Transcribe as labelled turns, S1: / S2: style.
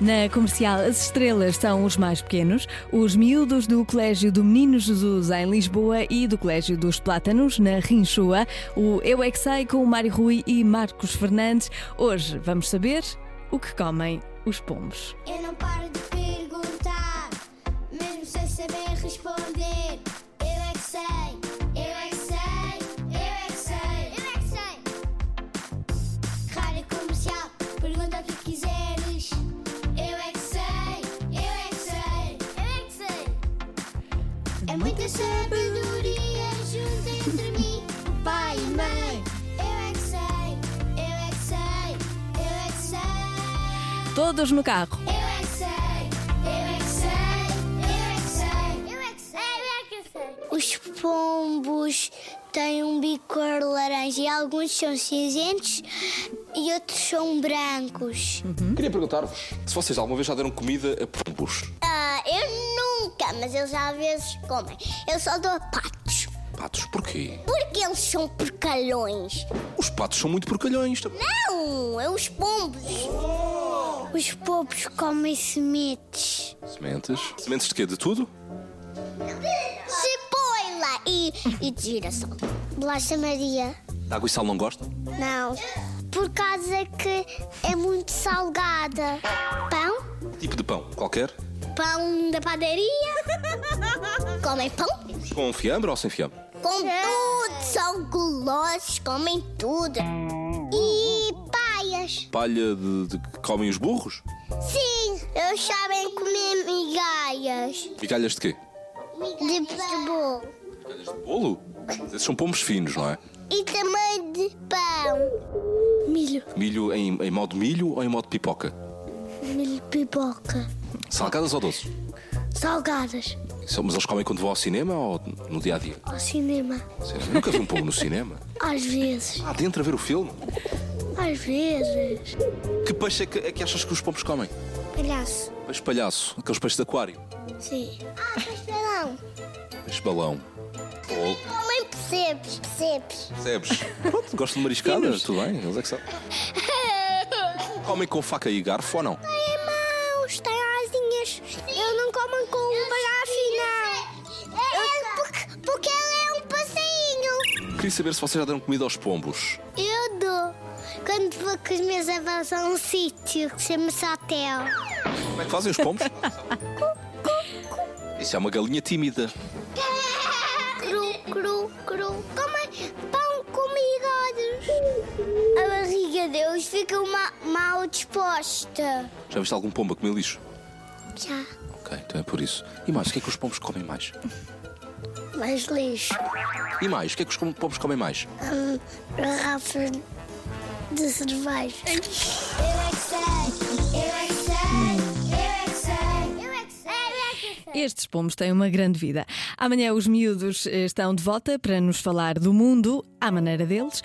S1: Na comercial, as estrelas são os mais pequenos, os miúdos do Colégio do Menino Jesus em Lisboa e do Colégio dos Plátanos na Rinchua, o Eu é que Sei com o Mário Rui e Marcos Fernandes. Hoje vamos saber o que comem os pombos.
S2: Eu não paro de perguntar, mesmo sem saber responder. Eu é que sei, eu é que sei, eu é que sei, eu é que sei. Rádio comercial, pergunta o que quiseres. Eu é que sei, eu é que sei, eu é que sei. É muita sabedoria junto entre mim, o pai e mãe. Eu é que sei, eu é que sei, eu é que sei.
S1: Todos no carro.
S2: Eu é que sei, eu é que sei, eu é que sei, eu é que sei, eu é que sei. Os pombos têm um bico cor laranja e alguns são cinzentos e outros são brancos.
S3: Queria perguntar-vos se vocês alguma vez já deram comida a pombos.
S2: Ah, eu nunca, mas eles às vezes comem. Eu só dou a patos.
S3: Patos, porquê?
S2: Porque eles são porcalhões.
S3: Os patos são muito porcalhões. também.
S2: Não, é os pombos. Os pombos comem sementes.
S3: Sementes. Sementes de quê? De tudo?
S2: Cebola e, e de girassol. Bolacha Maria.
S3: De água e sal não gostam?
S2: Não. Por causa que é muito salgada. Pão?
S3: Tipo de pão? Qualquer?
S2: Pão da padaria? Comem pão?
S3: Com fiambre ou sem fiambre?
S2: Com tudo. São gulosos, comem tudo. E paias?
S3: Palha de, de que comem os burros?
S2: Sim, eles sabem comer migalhas.
S3: Migalhas de quê?
S2: De bolo.
S3: Migalhas de bolo? Esses são pombos finos, não é?
S2: E também de pão. Milho.
S3: Milho em, em modo milho ou em modo pipoca?
S2: Milho pipoca.
S3: Salgadas ou doces?
S2: Salgadas.
S3: São- Mas eles comem quando vão ao cinema ou no dia a dia?
S2: Ao cinema.
S3: Nunca vi um pombo no cinema.
S2: Às vezes.
S3: Lá dentro a ver o filme.
S2: Às vezes.
S3: Que peixe é que, é que achas que os pombos comem?
S2: Palhaço.
S3: Peixe palhaço, aqueles peixes de aquário.
S2: Sim. Ah, pastelão.
S3: Peixe balão. Polo.
S2: Homem percebes. Percebes.
S3: Percebes? Pronto, gosto de mariscadas,
S1: Finos.
S3: tudo bem, eles é que sabem. Comem com faca e garfo ou não?
S2: Tem mãos, tem asinhas. Eu não como com um garrafa, não. Eu- porque, porque ele é um passarinho.
S3: Queria saber se vocês já deram comida aos pombos.
S2: Eu dou. Quando vou com os meus avós a um sítio que chama-se hotel.
S3: Como é que fazem os pombos? Isso é uma galinha tímida.
S2: Cru, cru, cru. Comem pão comigados. A barriga deles fica ma- mal disposta.
S3: Já viste algum pombo a comer lixo?
S2: Já,
S3: Ok, então é por isso. E mais, o que é que os pombos comem mais?
S2: mais lixo.
S3: E mais, o que é que os com- pombos comem mais?
S2: Garrafas de cerveja. Eu é que sei, eu é que sei, eu é que sei, eu é que sei, eu é que sei.
S1: Estes pombos têm uma grande vida. Amanhã os miúdos eh, estão de volta para nos falar do mundo à maneira deles.